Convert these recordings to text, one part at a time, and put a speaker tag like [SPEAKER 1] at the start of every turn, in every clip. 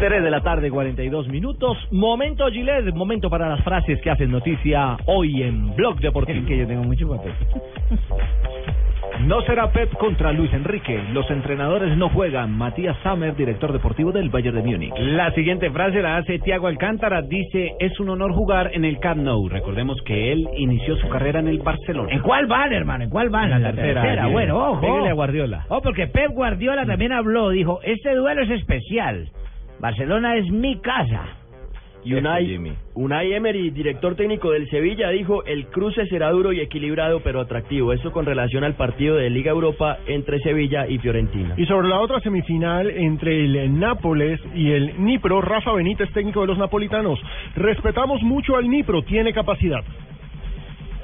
[SPEAKER 1] 3 Eh, de la tarde, 42 minutos. Momento Gilet, momento para las frases que hacen noticia hoy en Blog Deportivo.
[SPEAKER 2] que yo tengo mucho papel.
[SPEAKER 1] No será Pep contra Luis Enrique. Los entrenadores no juegan. Matías Sammer, director deportivo del Bayern de Múnich.
[SPEAKER 2] La siguiente frase la hace Tiago Alcántara. Dice, es un honor jugar en el Camp Nou. Recordemos que él inició su carrera en el Barcelona.
[SPEAKER 3] ¿En cuál van, hermano? ¿En cuál van? En la tercera.
[SPEAKER 2] bien.
[SPEAKER 3] Bueno, ojo.
[SPEAKER 1] Pégale a Guardiola.
[SPEAKER 3] Oh, porque Pep Guardiola también habló, dijo, este duelo es especial. Barcelona es mi casa.
[SPEAKER 4] Unai, Unai Emery, director técnico del Sevilla, dijo, el cruce será duro y equilibrado pero atractivo. Esto con relación al partido de Liga Europa entre Sevilla y Fiorentina.
[SPEAKER 5] Y sobre la otra semifinal entre el Nápoles y el Nipro, Rafa Benítez, técnico de los napolitanos. Respetamos mucho al Nipro, tiene capacidad.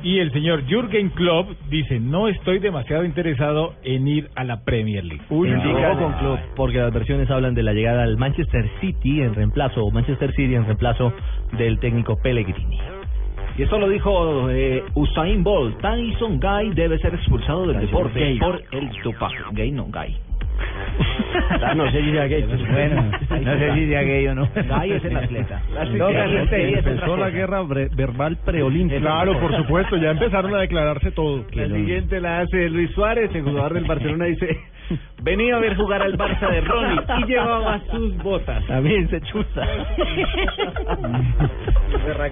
[SPEAKER 6] Y el señor Jürgen Klopp dice, no estoy demasiado interesado en ir a la Premier League.
[SPEAKER 1] Uy, ojo con Klopp, porque las versiones hablan de la llegada al Manchester City en reemplazo, o Manchester City en reemplazo del técnico Pellegrini. Y esto lo dijo eh, Usain Bolt. Tyson Guy debe ser expulsado del deporte por el Tupac. Gay no Guy.
[SPEAKER 4] Ah, no sé si sea gay.
[SPEAKER 3] Bueno, no sé si sea gay o no.
[SPEAKER 1] Guy es el atleta.
[SPEAKER 3] No, que usted, es otra cosa.
[SPEAKER 1] guerra verbal preolímpica.
[SPEAKER 5] Claro, por supuesto, ya empezaron a declararse todos.
[SPEAKER 2] La siguiente la hace Luis Suárez, el jugador del Barcelona, dice, venía a ver jugar al Barça de Ronnie y llevaba sus botas.
[SPEAKER 1] También se chuza.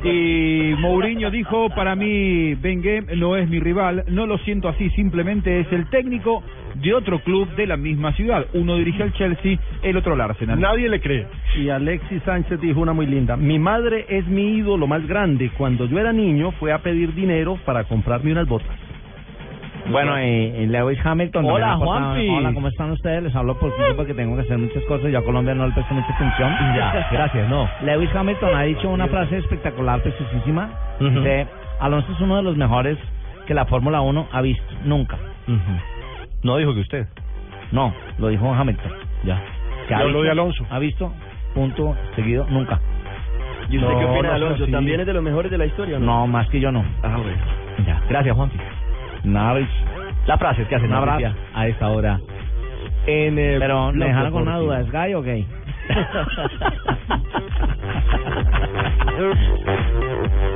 [SPEAKER 6] Y Mourinho dijo, para mí Bengue no es mi rival, no lo siento así, simplemente es el técnico de otro club de la misma ciudad. Uno dirige al Chelsea, el otro al Arsenal.
[SPEAKER 5] Nadie le cree.
[SPEAKER 7] Y Alexis Sánchez dijo una muy linda, mi madre es mi ídolo más grande. Cuando yo era niño fue a pedir dinero para comprarme unas botas.
[SPEAKER 3] Bueno, eh, eh, Lewis Hamilton. no
[SPEAKER 1] Hola,
[SPEAKER 3] me lo importa-
[SPEAKER 1] Juanpi.
[SPEAKER 3] Hola, ¿cómo están ustedes? Les hablo por supuesto porque tengo que hacer muchas cosas. Yo a Colombia no le presto mucha atención.
[SPEAKER 1] Ya, gracias, no.
[SPEAKER 3] Lewis Hamilton ha dicho una frase espectacular, precisísima.
[SPEAKER 1] Ujú.
[SPEAKER 3] Dice, Alonso es uno de los mejores que la Fórmula 1 ha visto nunca.
[SPEAKER 1] Ujú. No dijo que usted.
[SPEAKER 3] No, lo dijo Hamilton.
[SPEAKER 1] Ya.
[SPEAKER 3] Que ha
[SPEAKER 5] Ya habló
[SPEAKER 3] visto-
[SPEAKER 5] de Alonso.
[SPEAKER 3] Ha visto, punto, seguido, nunca.
[SPEAKER 4] ¿Y usted
[SPEAKER 3] No,
[SPEAKER 4] qué opina,
[SPEAKER 3] no,
[SPEAKER 4] Alonso?
[SPEAKER 3] sí.
[SPEAKER 4] ¿También es de los mejores de la historia? o No.
[SPEAKER 3] No, más que yo no.
[SPEAKER 4] Ah, bueno.
[SPEAKER 1] Ya. Gracias, Juanpi.
[SPEAKER 3] Nada, Luis.
[SPEAKER 1] La frase que hace
[SPEAKER 3] Un abrazo.
[SPEAKER 1] noticia a esta hora. En, eh,
[SPEAKER 3] Pero me
[SPEAKER 1] Blog
[SPEAKER 3] dejaron con una duda,
[SPEAKER 1] Deportivo.
[SPEAKER 3] ¿es gay o gay?